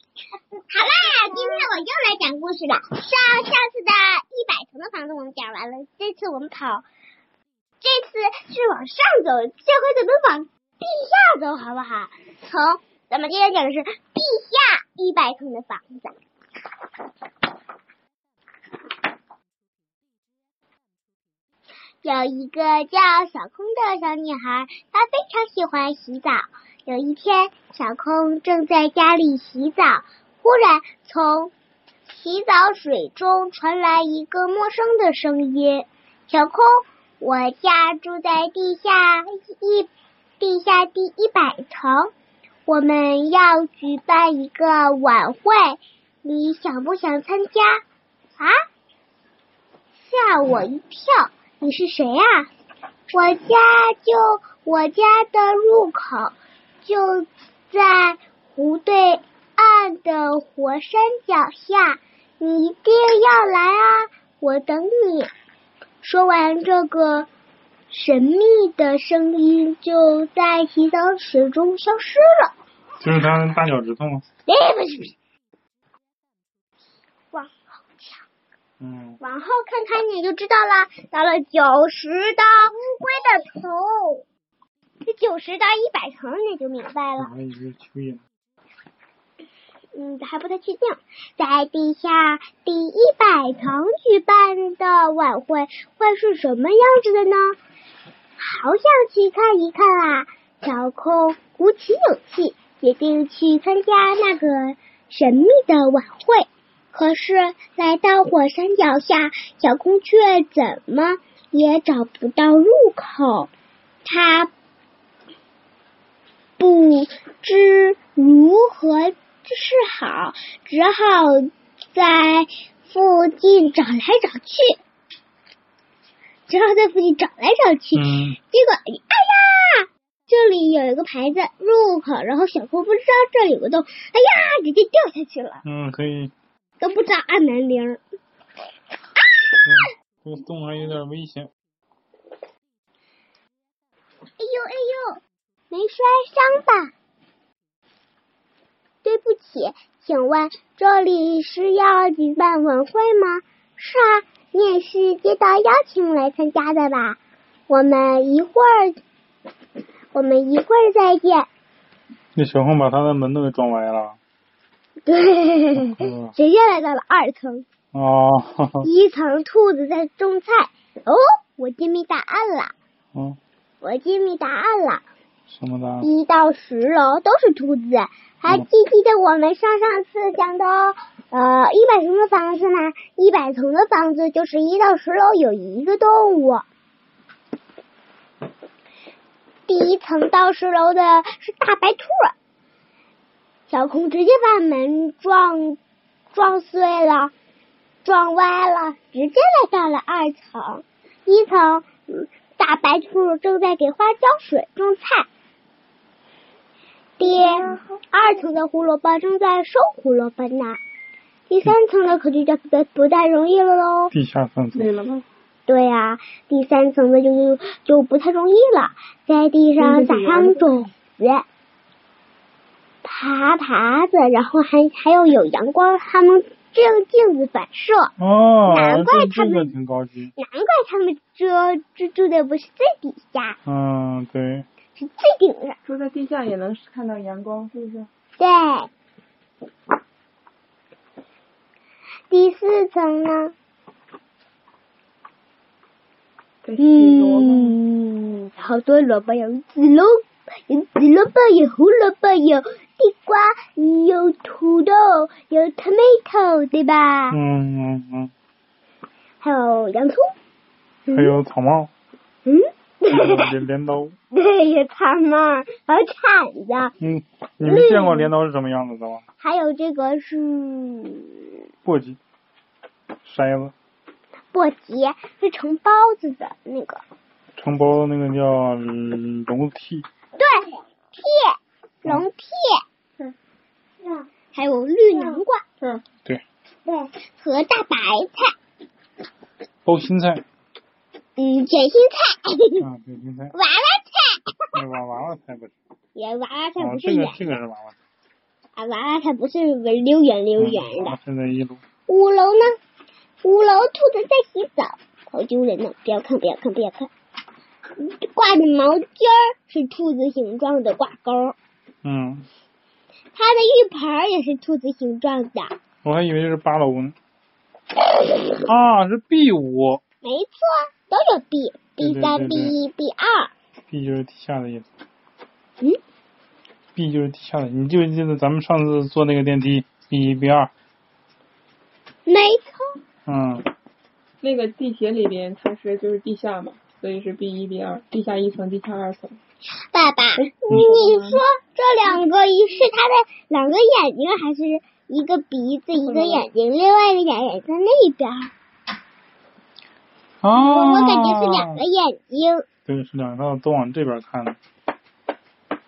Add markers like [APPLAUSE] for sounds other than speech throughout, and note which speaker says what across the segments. Speaker 1: 好啦，今天我又来讲故事了。上上次的一百层的房子我们讲完了，这次我们跑，这次是往上走，下回咱们往地下走好不好？从咱们今天讲的是地下一百层的房子。有一个叫小空的小女孩，她非常喜欢洗澡。有一天，小空正在家里洗澡，忽然从洗澡水中传来一个陌生的声音：“小空，我家住在地下一地下第一百层，我们要举办一个晚会，你想不想参加？”啊！吓我一跳！你是谁呀、啊？我家就我家的入口就在湖对岸的火山脚下，你一定要来啊！我等你。说完这个神秘的声音，就在洗澡水中消失了。
Speaker 2: 就是他大脚趾头吗？
Speaker 1: 哎，不是不是，往后跳。
Speaker 2: 嗯，
Speaker 1: 往后看看你就知道啦。到了九十到乌龟的头，这九十到一百层你就明白了。
Speaker 2: 长了一只蚯蚓。
Speaker 1: 嗯，还不太确定。在地下第一百层举办的晚会会是什么样子的呢？好想去看一看啊！小空鼓起勇气，决定去参加那个神秘的晚会。可是来到火山脚下，小空却怎么也找不到入口，他不知如何是好，只好在附近找来找去，只好在附近找来找去。
Speaker 2: 嗯，
Speaker 1: 结果，哎呀，这里有一个牌子入口，然后小空不知道这儿有个洞，哎呀，直接掉下去了，
Speaker 2: 嗯，可以。
Speaker 1: 都不知道按门铃儿。
Speaker 2: 这个洞还有点危险。
Speaker 1: 哎呦哎呦，没摔伤吧？对不起，请问这里是要举办晚会吗？是啊，你也是接到邀请来参加的吧？我们一会儿，我们一会儿再见。
Speaker 2: 那小红把他的门都给撞歪了。
Speaker 1: 对， [LAUGHS] 直接来到了二层，
Speaker 2: 哦， [LAUGHS] 哈哈，
Speaker 1: 一层兔子在种菜。哦，我揭秘答案了，
Speaker 2: 嗯，
Speaker 1: 我揭秘答案了。
Speaker 2: 什么的？
Speaker 1: 一到十楼都是兔子，还记不记得我们上上次讲的呃一百层的房子呢？一百层的房子就是一到十楼有一个动物。第一层到十楼的是大白兔，小空直接把门撞撞碎了，撞歪了，直接来到了二层。一层嗯大白兔正在给花浇水种菜，第二层的胡萝卜正在收胡萝卜呢，第三层的可就叫不不太容易了喽。
Speaker 2: 地下三层。
Speaker 3: 了吗？
Speaker 1: 对呀、第三层的就就就不太容易了，在地上撒上种子，爬爬子，然后还还要有阳光，它们这个镜子反射，
Speaker 2: 哦，
Speaker 1: 难怪
Speaker 2: 这
Speaker 1: 他
Speaker 2: 这
Speaker 1: 们
Speaker 2: 个挺高级。
Speaker 1: 难怪它们遮遮住的不是最底下，
Speaker 2: 嗯，对，
Speaker 1: 是最顶上。
Speaker 3: 住在地下也能看到阳光，是不是？
Speaker 1: 对，第四层呢？
Speaker 3: 在西罗吗？
Speaker 1: 嗯，好多萝卜，有紫萝，有紫萝卜，有胡萝卜，有地瓜，有土豆，有 tomato，对吧？
Speaker 2: 嗯嗯嗯，
Speaker 1: 还有洋葱。
Speaker 2: 还有草帽，
Speaker 1: 嗯，
Speaker 2: 嗯镰镰刀。
Speaker 1: [LAUGHS] 对，有草帽，还有铲子，
Speaker 2: 嗯，你没见过镰刀是什么样子的吗？
Speaker 1: 还有这个是
Speaker 2: 簸箕、筛子，
Speaker 1: 簸箕，是盛包子的那个。
Speaker 2: 承包的那个叫嗯笼屉。
Speaker 1: 对，屉，龙屉。
Speaker 3: 嗯
Speaker 1: 嗯。还有绿南瓜。
Speaker 3: 嗯。
Speaker 2: 对，
Speaker 1: 对。和大白菜，
Speaker 2: 包心菜。
Speaker 1: 嗯，卷心菜，
Speaker 2: 啊，对，心菜。
Speaker 1: [LAUGHS] 娃娃菜，
Speaker 2: 那娃娃娃菜不是。
Speaker 1: 也娃娃菜
Speaker 2: 哦
Speaker 1: 不，是
Speaker 2: 这个
Speaker 1: 圆，
Speaker 2: 这个是娃娃菜。
Speaker 1: 啊，娃娃它不是圆溜圆溜圆的。
Speaker 2: 嗯现在一楼，
Speaker 1: 五楼呢？五楼兔子在洗澡，好丢人呢！不要看，不要看，不要看。挂的毛巾儿是兔子形状的挂钩儿，
Speaker 2: 嗯，
Speaker 1: 它的浴盆儿也是兔子形状的。
Speaker 2: 我还以为这是八楼呢。啊，是 B 五
Speaker 1: 没错，都有 B、B 三、B
Speaker 2: 对对对对
Speaker 1: 一、B 二。
Speaker 2: ，B 就是地下的意思。
Speaker 1: 嗯，
Speaker 2: B 就是地下的，你记不记得咱们上次坐那个电梯 B 一 B 二？
Speaker 1: 没错，
Speaker 2: 嗯，
Speaker 3: 那个地铁里边它是就是地下嘛，所以是 B 一 B 二，地下一层，地下二层。
Speaker 1: 爸爸，你说这两个一是它的两个眼睛，还是一个鼻子一个眼睛，另外一个眼睛在那边儿？我
Speaker 2: 啊，
Speaker 1: 我感觉是两个眼睛。
Speaker 2: 对，是两个都往这边看的，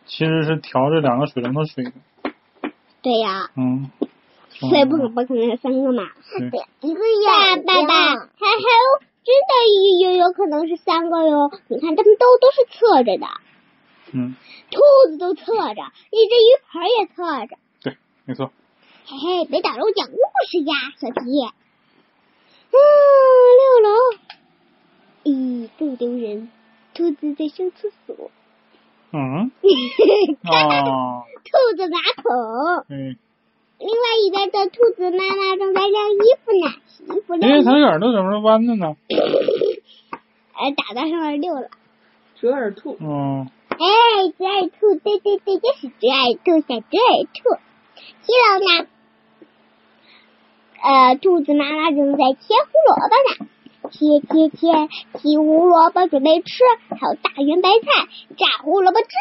Speaker 2: 其实是调这两个水龙头水的，
Speaker 1: 对呀、
Speaker 2: 嗯，
Speaker 1: 所以不可不可能有三个嘛，
Speaker 2: 对
Speaker 1: 一个眼爸爸，还还有真的有有有可能是三个哟。你看他们都都是侧着的，
Speaker 2: 嗯，
Speaker 1: 兔子都侧着，一只鱼盆儿也侧着。
Speaker 2: 对，没错，
Speaker 1: 嘿嘿，别打扰我讲故事呀，小皮。嗯，六楼，咦，更丢人，兔子在上厕所，
Speaker 2: 嗯，
Speaker 1: [LAUGHS] 兔
Speaker 2: 啊，
Speaker 1: 子马桶。
Speaker 2: 对，
Speaker 1: 另外一边的兔子妈妈正在晾衣服呢，洗衣
Speaker 2: [LAUGHS]
Speaker 1: 服晾
Speaker 2: 哎，
Speaker 1: 衣服 [LAUGHS]
Speaker 2: 它。的耳朵怎么弯的呢？
Speaker 1: 呃，打到上面溜了。
Speaker 3: 折耳兔，
Speaker 2: 嗯，
Speaker 1: 哎，折耳兔，对对对，就是折耳兔，小折耳兔。七楼呢？呃，兔子妈妈正在切胡萝卜呢，切切切，切胡萝卜准备吃，还有大圆白菜，炸胡萝卜汁。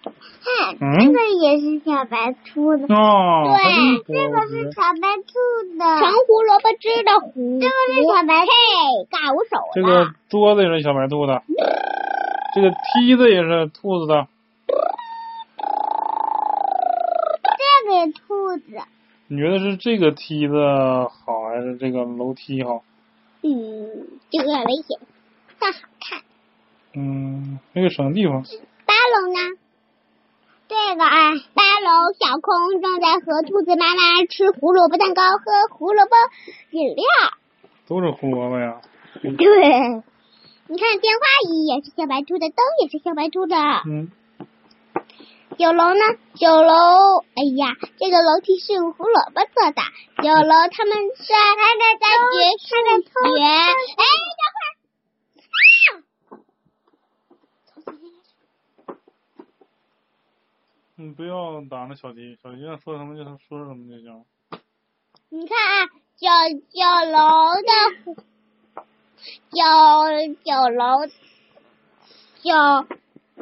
Speaker 1: 看
Speaker 2: 嗯这
Speaker 1: 个也是小白兔的
Speaker 2: 哦，还真
Speaker 1: 对，
Speaker 2: 不好吃
Speaker 1: 小白兔的长胡萝卜汁的胡，这个是小白嘿，尬我手了。
Speaker 2: 这个桌子也是小白兔的，这个梯子也是兔子的，
Speaker 1: 这个也兔子，
Speaker 2: 你觉得是这个梯子好还是这个楼梯好？
Speaker 1: 嗯，这个有点危险，但好看。
Speaker 2: 嗯，那个省地方，
Speaker 1: 八楼呢？这个啊，八楼小空正在和兔子妈妈吃胡萝卜蛋糕，喝胡萝卜饮料。
Speaker 2: 都是胡萝卜呀，
Speaker 1: [LAUGHS] 对，你看电话椅也是小白兔的，灯也是小白兔的。
Speaker 2: 嗯，
Speaker 1: 九楼呢？九楼，哎呀，这个楼梯是胡萝卜做的。九楼他们是他在在学数学。哎，啊
Speaker 2: 你嗯不要打那小鸡，小鸡让说什么就说什么就行。
Speaker 1: 你看啊，九九楼的胡九九楼九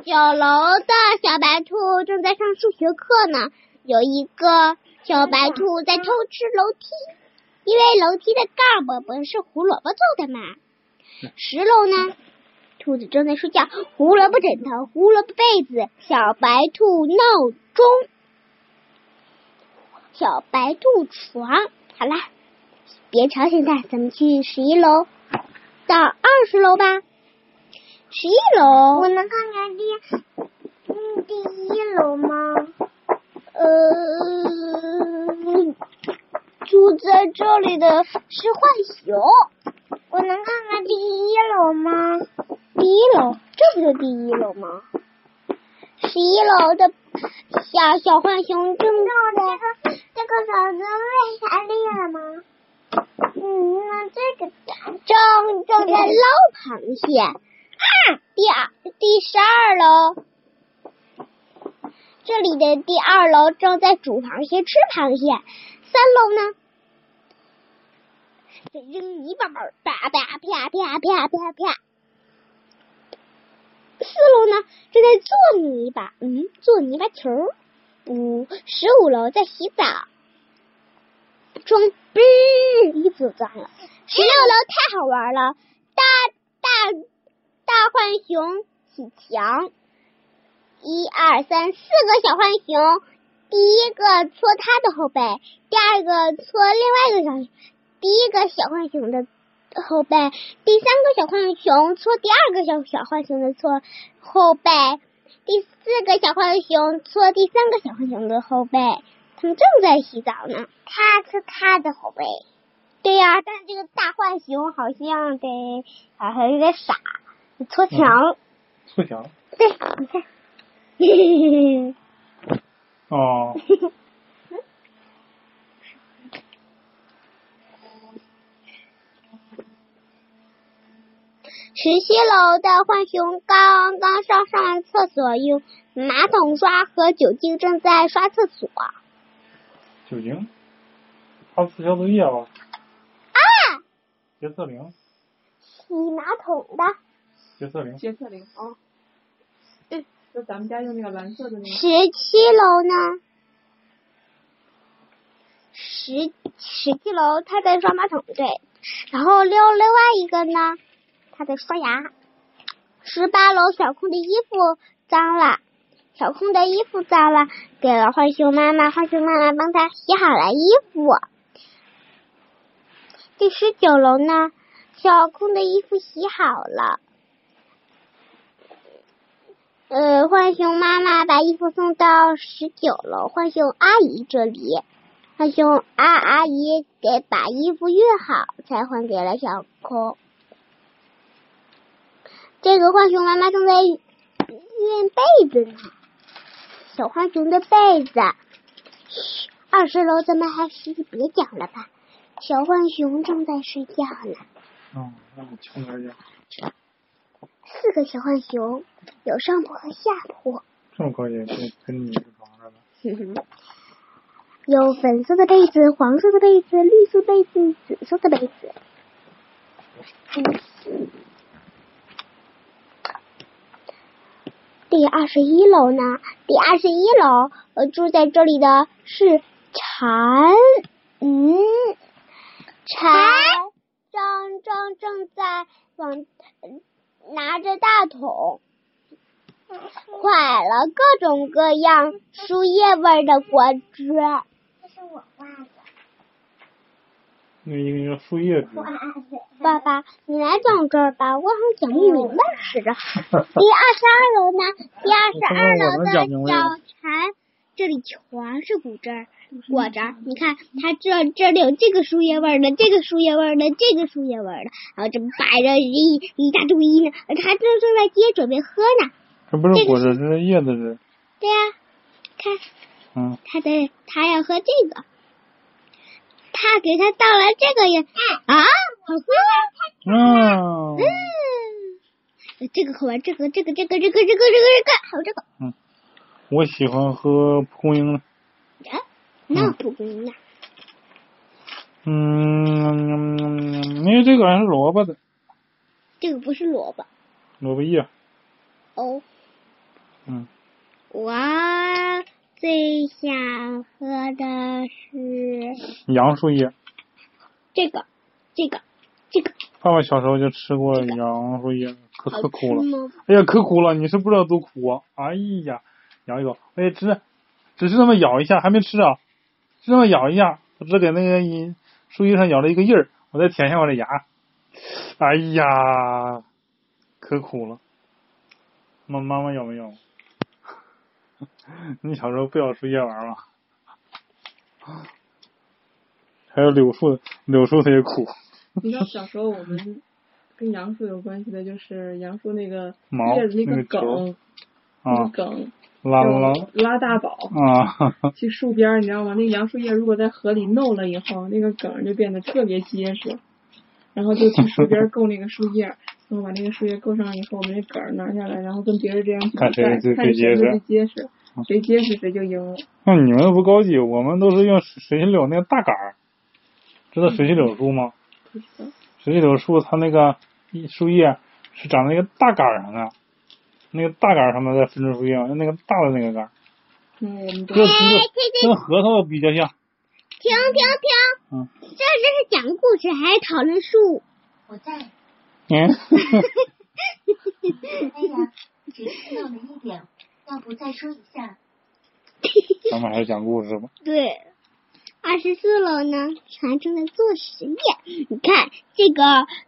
Speaker 1: 九楼的小白兔正在上数学课呢，有一个小白兔在偷吃楼梯，因为楼梯的盖儿不不是胡萝卜做的嘛。十楼呢，兔子正在睡觉，胡萝卜枕头、胡萝卜被子，小白兔闹钟。小白兔床。好啦，别吵醒它，咱们去十一楼到二十楼吧。十一楼，我能看看第嗯第一楼吗？呃，住在这里的是浣熊。我能看看第一楼吗？第一楼，这不就第一楼吗？十一楼的小小浣熊正在。这个小子为啥裂了吗？嗯，那这个正正在捞螃蟹。啊，第二第十二楼，这里的第二楼正在煮螃蟹、吃螃蟹。三楼呢？在扔泥巴儿，啪啪啪啪啪啪啪。四楼呢，正在做泥巴，嗯，做泥巴球儿。五十五楼在洗澡，装逼衣服都脏了。十六楼太好玩了，大大大浣熊洗墙，一二三四个小浣熊，第一个搓它的后背，第二个搓另外一个小，第一个小浣熊的后背，第三个小浣熊搓第二个小小浣熊的搓后背。第四个小浣熊搓第三个小浣熊的后背，他正在洗澡呢。他是他的宝贝。对呀、但是这个大浣熊好像得好像有点傻，搓墙。
Speaker 2: 不行。
Speaker 1: 对，你看， [LAUGHS] 嘿
Speaker 2: 哦，
Speaker 1: 嘿嘿，十七楼的浣熊刚刚上上厕所，用马桶刷和酒精正在刷厕所。
Speaker 2: 酒精，他自消毒液吧？啊！洁厕灵，
Speaker 1: 洗马桶的
Speaker 2: 洁厕灵，
Speaker 3: 洁厕灵
Speaker 1: 哦。
Speaker 3: 嗯，就咱们家用那个蓝色的那个。
Speaker 1: 十七楼呢？十十七楼他在刷马桶，对。然后另另外一个呢，他在刷牙。十八楼小空的衣服脏了，小空的衣服脏了，给了浣熊妈妈，浣熊妈妈帮他洗好了衣服。第十九楼呢，小空的衣服洗好了。呃，浣熊妈妈把衣服送到十九楼浣熊阿姨这里，浣熊阿阿姨给把衣服熨好，才还给了小空。这个浣熊妈妈正在熨被子呢，小浣熊的被子。嘘，二十楼咱们还是别讲了吧，小浣熊正在睡觉呢。
Speaker 2: 嗯，那你轻点点，
Speaker 1: 四个小浣熊，有上铺和下铺。
Speaker 2: 这么可以，跟跟你床上的，
Speaker 1: [LAUGHS] 有粉色的被子、黄色的被子、绿色被子、紫色的被子。嗯第二十一楼呢？第二十一楼，呃，住在这里的是蝉，嗯，蝉张张正在往呃拿着大桶买了各种各样树叶味儿的果汁。
Speaker 4: 这是我画的，
Speaker 2: 那一个一个树叶子，
Speaker 1: 爸爸，你来讲这儿吧，我想讲玉米味儿似的。第二十二楼呢？第二十二楼的小蝉，这里全是果汁儿，果汁儿。你看，它这这里有这个树叶味儿的，这个树叶味儿的，这个树叶味儿的，然后这摆着一一大堆呢，而它正正在接，准备喝呢。
Speaker 2: 这不是果汁，这是叶子汁，
Speaker 1: 对呀、看
Speaker 2: 嗯，
Speaker 1: 他的他要喝这个，他给他倒了这个也啊，好喝吗？
Speaker 2: 啊，
Speaker 1: 嗯，这个好玩，这个这个这个这个这个这个这个，还有这个，
Speaker 2: 我喜欢喝蒲公英的，
Speaker 1: 啊，那蒲公英呢？
Speaker 2: 嗯，因为这个还是萝卜的，
Speaker 1: 这个不是萝卜
Speaker 2: 萝卜叶，
Speaker 1: 哦。
Speaker 2: 嗯，
Speaker 1: 我最想喝的是
Speaker 2: 杨树叶，
Speaker 1: 这个，这个，这个，
Speaker 2: 爸爸小时候就吃过杨树叶，可
Speaker 1: 好
Speaker 2: 可苦了
Speaker 1: 吃。吗？
Speaker 2: 哎呀，可苦了，你是不知道多苦啊！哎呀，咬一口，哎呀，只只是那么咬一下，还没吃啊，是那么咬一下，我只给那个一树叶上咬了一个印儿，我再舔一下我的牙，哎呀，可苦了。妈妈妈咬没咬？ [LAUGHS] 你小时候不咬树叶玩吗？还有柳树，柳树它也苦，
Speaker 3: 你知道小时候我们跟杨树有关系的，就是杨树那个
Speaker 2: 毛
Speaker 3: 叶子那
Speaker 2: 那
Speaker 3: 个
Speaker 2: 个球
Speaker 3: 梗，那个
Speaker 2: 啊，
Speaker 3: 梗，
Speaker 2: 啦啦啦
Speaker 3: 拉大宝。
Speaker 2: 啊，哈哈
Speaker 3: 去树边儿，你知道吗？那杨树叶如果在河里弄了以后，那个梗儿就变得特别结实。然后就去树边儿够那个树叶儿，然后把那个树叶够上以后，我们那梗儿拿下来，然后跟别人这样去比赛，
Speaker 2: 看谁最
Speaker 3: 看
Speaker 2: 最结
Speaker 3: 谁
Speaker 2: 实嗯
Speaker 3: 最结实，谁结实谁就赢了。
Speaker 2: 那你们不高级，我们都是用水洗柳那个大杆儿，知道水洗柳树吗？
Speaker 3: 不知道
Speaker 2: 水洗柳树它那个一树叶是长在一个大杆儿上的，那个大杆儿上面再分出树叶，那个大的那个杆儿，
Speaker 3: 嗯，我们都
Speaker 2: 这跟跟核桃比较像。
Speaker 1: 停停停！
Speaker 2: 嗯
Speaker 1: 这这是讲故事还是讨论树？
Speaker 4: 我在。
Speaker 2: 嗯，
Speaker 4: 哎呀，只听到了一点，要不再说一下？
Speaker 2: [LAUGHS] 咱们还是讲故事吧。
Speaker 1: 对，二十四楼呢，蝉正在做实验。你看，这个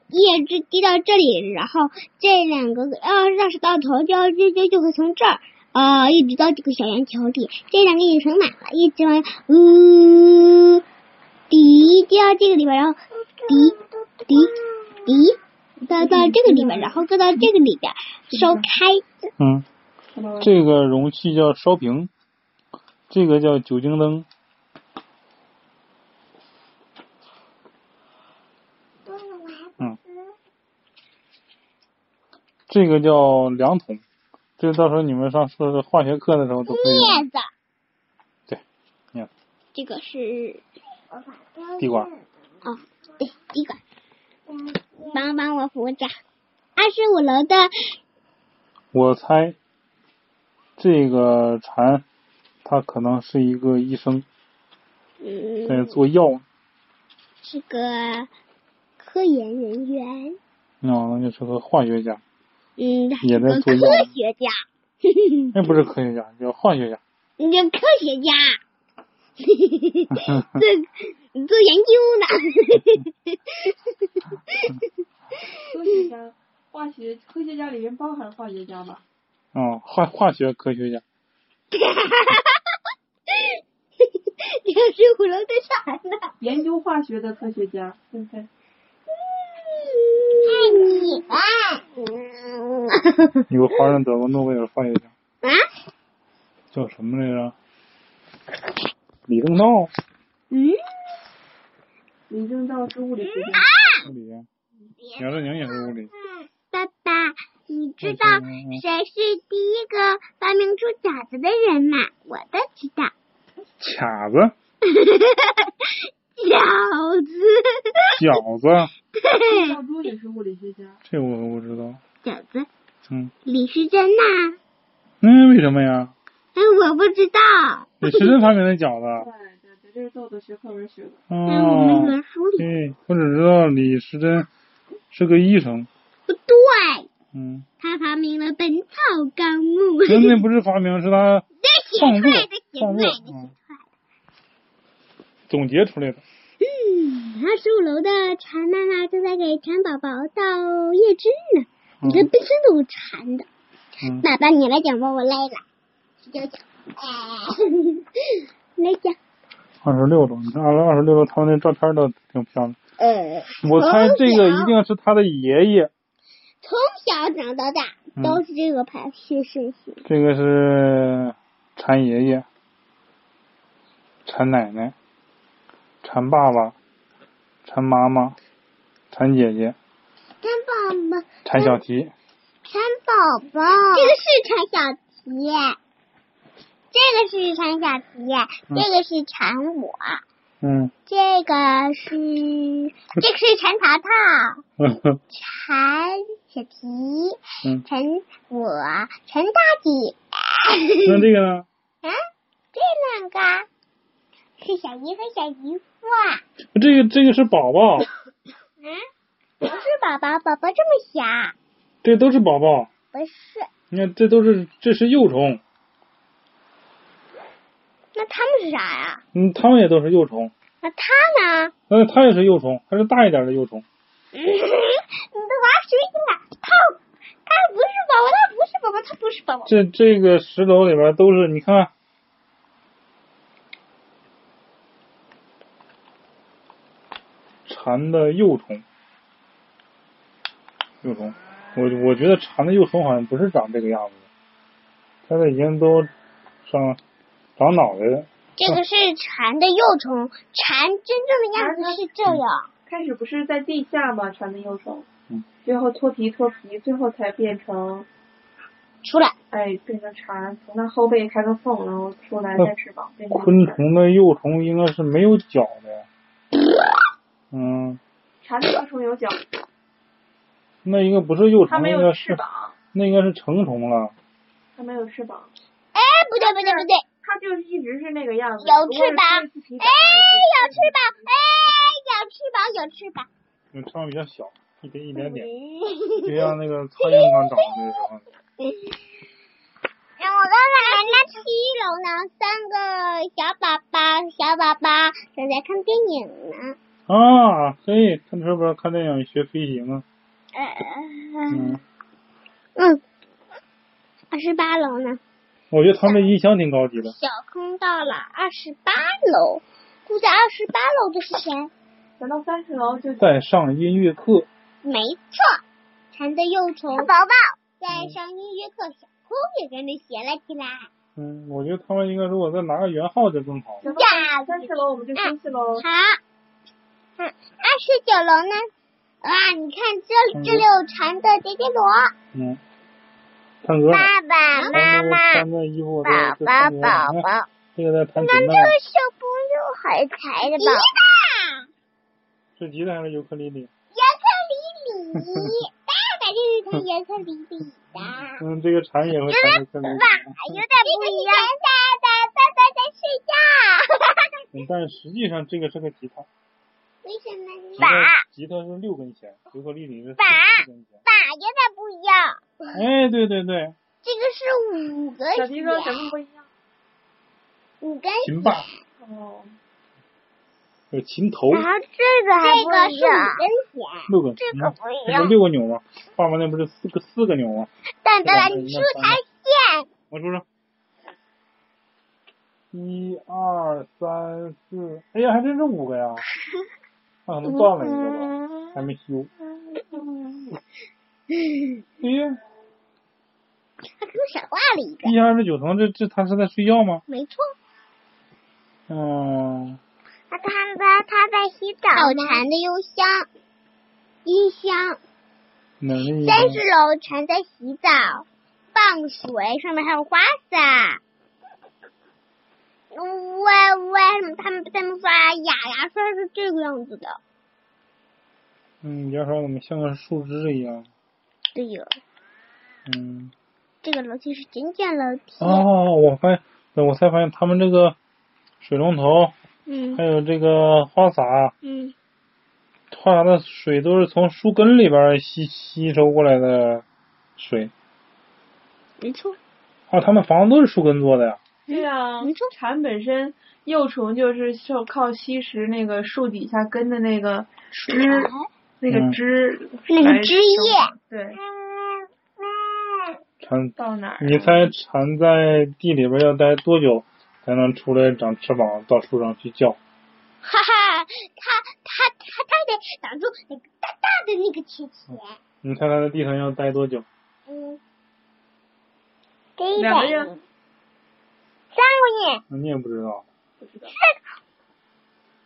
Speaker 1: 叶子滴到这里，然后这两个要要是到头，就要就就就会从这儿呃，一直到这个小圆球里，这两个已经盛满了，一直往呜滴滴到这个里边，然后滴滴滴到到这个里边，然后搁到这个里边烧开。
Speaker 2: 嗯，
Speaker 3: 看到了
Speaker 2: 这个容器叫烧瓶，这个叫酒精灯。嗯，这个叫量筒，这个到时候你们上说是化学课的时候都可以用。
Speaker 1: 镊子，
Speaker 2: 嗯对，镊子
Speaker 1: 这个是
Speaker 2: 地瓜。
Speaker 1: 哦，对，第一个，帮帮我扶着。二十五楼的
Speaker 2: 我猜这个蝉，它可能是一个医生在
Speaker 1: 嗯
Speaker 2: 做药，
Speaker 1: 是个科研人员，
Speaker 2: 嗯那可能就是个化学家，
Speaker 1: 嗯，他
Speaker 2: 也
Speaker 1: 是
Speaker 2: 在
Speaker 1: 个
Speaker 2: 做
Speaker 1: 科
Speaker 2: 药
Speaker 1: 学家， [LAUGHS]
Speaker 2: 那不是科学家，叫化学家。
Speaker 1: 你这科学家，
Speaker 2: [LAUGHS]
Speaker 1: 做做研究呢。 [LAUGHS]
Speaker 3: 科学家，化学科学家里面包含化学家吧？
Speaker 2: 嗯，化化学科学家，
Speaker 1: 二十五楼的啥
Speaker 2: [LAUGHS]
Speaker 1: 呢？
Speaker 3: 研究化学的科学家，现在
Speaker 1: 爱你吧。嗯
Speaker 2: 有个华人得过诺贝尔化学奖，
Speaker 1: 啊，
Speaker 2: 叫什么来着？李政道，
Speaker 1: 嗯，
Speaker 3: 林政道是物理学家。
Speaker 2: 物理，杨振宁也是物理，
Speaker 1: 嗯爸爸，你知道
Speaker 2: 嗯嗯嗯
Speaker 1: 谁是第一个发明出饺子的人吗？我都知道，
Speaker 2: 卡子、
Speaker 1: 饺子，
Speaker 2: 饺
Speaker 3: [LAUGHS]
Speaker 2: 子，
Speaker 3: 林兆珠也是物理学家，
Speaker 2: 这我可不知道。
Speaker 1: 饺子，
Speaker 2: 嗯，
Speaker 1: 李时珍呐、
Speaker 2: 那为什么呀？
Speaker 1: 哎，我不知道，
Speaker 2: 李时珍发明的
Speaker 3: [LAUGHS]
Speaker 2: 饺子。
Speaker 3: 对对对，这是豆豆学课文学的。
Speaker 1: 哎，我
Speaker 3: 嗯
Speaker 1: 们语
Speaker 2: 哦，
Speaker 1: 文书里
Speaker 2: 对，我只知道李时珍是个医生。
Speaker 1: 不对，
Speaker 2: 嗯，
Speaker 1: 他发明了《本草纲目》
Speaker 2: 那那不是发明，是他
Speaker 1: 这 [LAUGHS]
Speaker 2: 创
Speaker 1: 写出
Speaker 2: 作
Speaker 1: 来的，写出
Speaker 2: 创
Speaker 3: [LAUGHS]
Speaker 1: 来的，
Speaker 2: 作
Speaker 1: 写出来
Speaker 2: 嗯
Speaker 1: 的。
Speaker 2: 总结出来的。
Speaker 1: 嗯，二十五楼的蝉妈妈正在给蝉宝宝倒叶汁呢，
Speaker 2: 嗯
Speaker 1: 你这背身都馋的。
Speaker 2: 嗯，
Speaker 1: 爸爸，你来讲吧，我累了， [LAUGHS] 睡觉去。哎，来讲。
Speaker 2: 二十六楼，你看二二十六楼他们那照片都挺漂亮。
Speaker 1: 呃，
Speaker 2: 我猜这个一
Speaker 1: 从小
Speaker 2: 定是他的爷爷，
Speaker 1: 从小长到大
Speaker 2: 嗯
Speaker 1: 都是这个排序顺序。
Speaker 2: 这个是蝉爷爷、蝉奶奶、蝉爸爸、蝉妈妈、蝉姐姐、
Speaker 1: 蝉宝宝，
Speaker 2: 蝉小提。
Speaker 1: 蝉宝宝，这个是蝉小提，这个是蝉小提，
Speaker 2: 嗯
Speaker 1: 这个是蝉我，
Speaker 2: 嗯，
Speaker 1: 这个是这个是蝉淘淘。
Speaker 2: 嗯哼
Speaker 1: 蝉小提，
Speaker 2: 嗯，
Speaker 1: 蝉我，蝉大姐。
Speaker 2: 那这个呢？
Speaker 1: 啊，这两个是小姨和小姨夫啊。
Speaker 2: 这个这个是宝宝，
Speaker 1: 啊，不是宝宝，宝宝这么小，
Speaker 2: 这都是宝宝。
Speaker 1: 不是。
Speaker 2: 你看，这都是这是幼虫，
Speaker 1: 那他们是啥呀、
Speaker 2: 嗯，它们也都是幼虫，
Speaker 1: 那他呢？
Speaker 2: 但是它也是幼虫，它是大一点的幼虫。
Speaker 1: 嗯，你都玩谁呢？他他不是宝宝，他不是宝宝，他不是宝宝。
Speaker 2: 这这个十楼里边都是，你看，蝉的幼虫，幼虫，我我觉得蝉的幼虫好像不是长这个样子的，它的已经都长长脑袋了。
Speaker 1: 这个是蝉的幼虫，蝉真正的样子是这样。
Speaker 3: 开始不是在地下嘛，传的幼虫，
Speaker 2: 嗯
Speaker 3: 最后脱皮脱皮，最后才变成
Speaker 1: 嗯出来，
Speaker 3: 哎变成蝉，从它后背开个缝，然后出来
Speaker 2: 那
Speaker 3: 带翅膀变成
Speaker 2: 昆
Speaker 3: 蝉。
Speaker 2: 虫的幼虫应该是没有脚的，嗯，
Speaker 3: 蝉的幼虫有脚，
Speaker 2: 那应该不是幼
Speaker 3: 它
Speaker 2: 虫，
Speaker 3: 没
Speaker 2: 那应
Speaker 3: 有
Speaker 2: 该
Speaker 3: 翅
Speaker 2: 是
Speaker 3: 膀，
Speaker 2: 那应该是成虫了。
Speaker 3: 它没有翅膀，
Speaker 1: 哎，不对不对不对，
Speaker 3: 它就是一直是那个样子。
Speaker 1: 有
Speaker 3: 不过是
Speaker 1: 翅膀
Speaker 3: 脱一次皮
Speaker 1: 哎，有翅膀，哎，有翅膀，有翅膀。
Speaker 2: 那翅膀比较小，一点一点点。
Speaker 1: 嗯
Speaker 2: 就像那个苍蝇刚长的时候，
Speaker 1: 哎让我看看那七楼呢，三个小宝宝，小宝宝正在看电影呢。
Speaker 2: 啊，嘿，看这边看电影学飞行啊，
Speaker 1: 呃，
Speaker 2: 嗯，
Speaker 1: 嗯，二十八楼呢，
Speaker 2: 我觉得他们音箱挺高级的。
Speaker 1: 小坑到了二十八楼，住在二十八楼的是谁？
Speaker 3: 难道三十楼就
Speaker 2: 在上音乐课，
Speaker 1: 没错，馋的幼虫宝宝在
Speaker 2: 嗯
Speaker 1: 上音乐课，小空也跟着学了起来。
Speaker 2: 嗯，我觉得他们应该如果再拿个圆号就更好。
Speaker 3: 行吧
Speaker 1: 呀
Speaker 3: 三十楼我们就休息喽。
Speaker 1: 好，嗯，二十九楼呢？哇，你看这
Speaker 2: 嗯
Speaker 1: 这里有馋的叠叠罗，
Speaker 2: 嗯，唱歌呢，
Speaker 1: 爸
Speaker 2: 穿着穿着衣服在在唱歌呢，你看
Speaker 1: 宝，
Speaker 2: 这个在弹
Speaker 1: 那
Speaker 2: 琴呢
Speaker 1: 这，个小朋友还才的吧？
Speaker 2: 是吉他还是尤克里里？
Speaker 1: 尤克里里，爸爸就是弹尤克里里的。
Speaker 2: 嗯，这个蝉也会弹尤克里里。
Speaker 1: 有点不一样。爸爸，爸爸在睡觉。
Speaker 2: 嗯但实际上这个是个吉他，
Speaker 1: [LAUGHS] 为什么呢
Speaker 2: 吉？他吉他是六根弦，尤克里里是四根弦。
Speaker 1: 爸有点不一样，
Speaker 2: 哎，对对对，
Speaker 1: 这个是五根
Speaker 3: 小迪哥咱
Speaker 1: 弦，
Speaker 3: 们不一样。
Speaker 1: 五根弦。
Speaker 2: 琴把
Speaker 3: 哦，
Speaker 2: 有琴头，
Speaker 1: 后这个还这个是五根弦，
Speaker 2: 六根，
Speaker 1: 啊这
Speaker 2: 你
Speaker 1: 个
Speaker 2: 看
Speaker 1: 不一
Speaker 2: 这不
Speaker 1: 样
Speaker 2: 是。六个钮吗？爸爸那不是四个四个钮吗？
Speaker 1: 蛋蛋，你出台线，
Speaker 2: 我数数，一二三四，哎呀，还真是五个
Speaker 1: [LAUGHS]
Speaker 2: 呀！那可能断了一个吧，
Speaker 1: 嗯
Speaker 2: 还没修。哎呀，
Speaker 1: 嗯他给我少画了一个，
Speaker 2: 地下二十九层，这这他是在睡觉吗？
Speaker 1: 没错。
Speaker 2: 嗯，
Speaker 1: 他他他他在洗澡吗？有蝉的幽香，音箱。
Speaker 2: 能力
Speaker 1: 三十楼蝉在洗澡，放水，上面还有花洒。为为什么他们他们哎刷牙牙刷是这个样子的？
Speaker 2: 嗯，牙刷怎么像个树枝一样？
Speaker 1: 对呀，
Speaker 2: 嗯，
Speaker 1: 这个楼梯是尖尖楼梯。
Speaker 2: 哦，我发现，我才发现他们这个水龙头
Speaker 1: 嗯
Speaker 2: 还有这个花洒，
Speaker 1: 嗯，
Speaker 2: 花洒的水都是从树根里边儿吸吸收过来的水。
Speaker 1: 没错。
Speaker 2: 哦，他们房子都是树根做的呀。
Speaker 3: 对呀、
Speaker 1: 哎没错
Speaker 3: 蝉本身幼虫就是受靠吸食那个树底下根的那个
Speaker 1: 水
Speaker 3: 枝
Speaker 1: 来
Speaker 3: 那个
Speaker 2: 嗯
Speaker 3: 枝，
Speaker 1: 那个
Speaker 3: 来
Speaker 1: 枝叶
Speaker 3: 生对，
Speaker 2: 蝉，
Speaker 3: 到哪儿啊？
Speaker 2: 你猜蝉在地里边要待多久才能出来长翅膀到树上去叫？
Speaker 1: 哈哈，他他他他得挡住那个大大的那个铁钳。
Speaker 2: 你猜它在地上要待多久？
Speaker 1: 嗯，给一
Speaker 3: 两个月
Speaker 1: 百。三个月，
Speaker 2: 那你也不知道。
Speaker 3: 不知道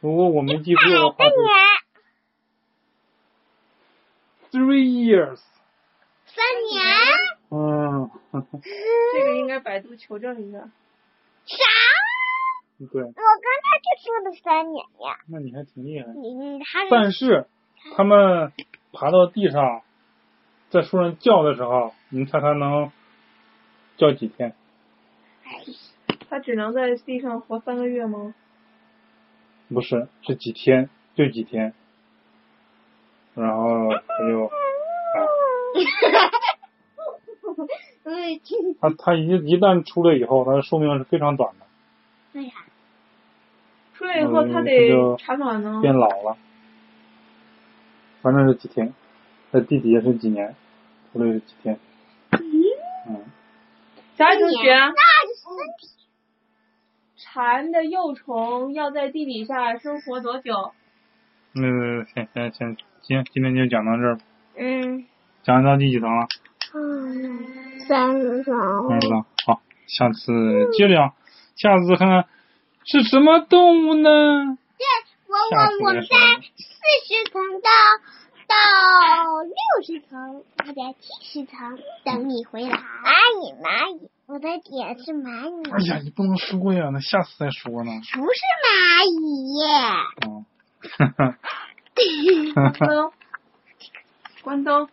Speaker 2: 如果我没记错的话
Speaker 1: 百个年，
Speaker 2: 是 three years。
Speaker 1: 三年，
Speaker 2: 嗯， [LAUGHS]
Speaker 3: 这个应该百度求证一下。
Speaker 1: 啥？
Speaker 2: 对，
Speaker 1: 我刚才就说的三年呀。
Speaker 2: 那你还挺厉害。
Speaker 1: 你你他是嗯
Speaker 2: 但是它们爬到地上，在树上叫的时候，你猜它能叫几天？
Speaker 3: 它只能在地上活三个月吗？
Speaker 2: 不是，是几天，就几天。然后他就，啊，
Speaker 1: 嗯，听
Speaker 2: 他他一一旦出来以后，他的寿命是非常短的，
Speaker 1: 对呀，
Speaker 3: 出来以后它
Speaker 2: 嗯
Speaker 3: 得
Speaker 2: 这就
Speaker 3: 产卵呢。
Speaker 2: 变老了。反正是几天，在地底下是几年，出来是几天。嗯，
Speaker 3: 小爱同学，
Speaker 1: 那是身体
Speaker 3: 蝉的幼虫要在地底下生活多久？
Speaker 2: 那行行行行，今天就讲到这儿，
Speaker 1: 嗯
Speaker 2: 讲到第几层了？
Speaker 1: 嗯，三十
Speaker 2: 不知
Speaker 1: 层，
Speaker 2: 道。好，下次接着讲，下次看看是什么动物呢？
Speaker 1: 我我我们在四十层到到六十层，我在七十层等你回来。蚂蚁蚂蚁，我的点是蚂蚁，
Speaker 2: 哎呀，你不能说呀，那下次再说 [LAUGHS] 呢。
Speaker 1: 不是蚂蚁。
Speaker 2: 嗯，哈哈，哈哈。
Speaker 3: 关灯，关灯。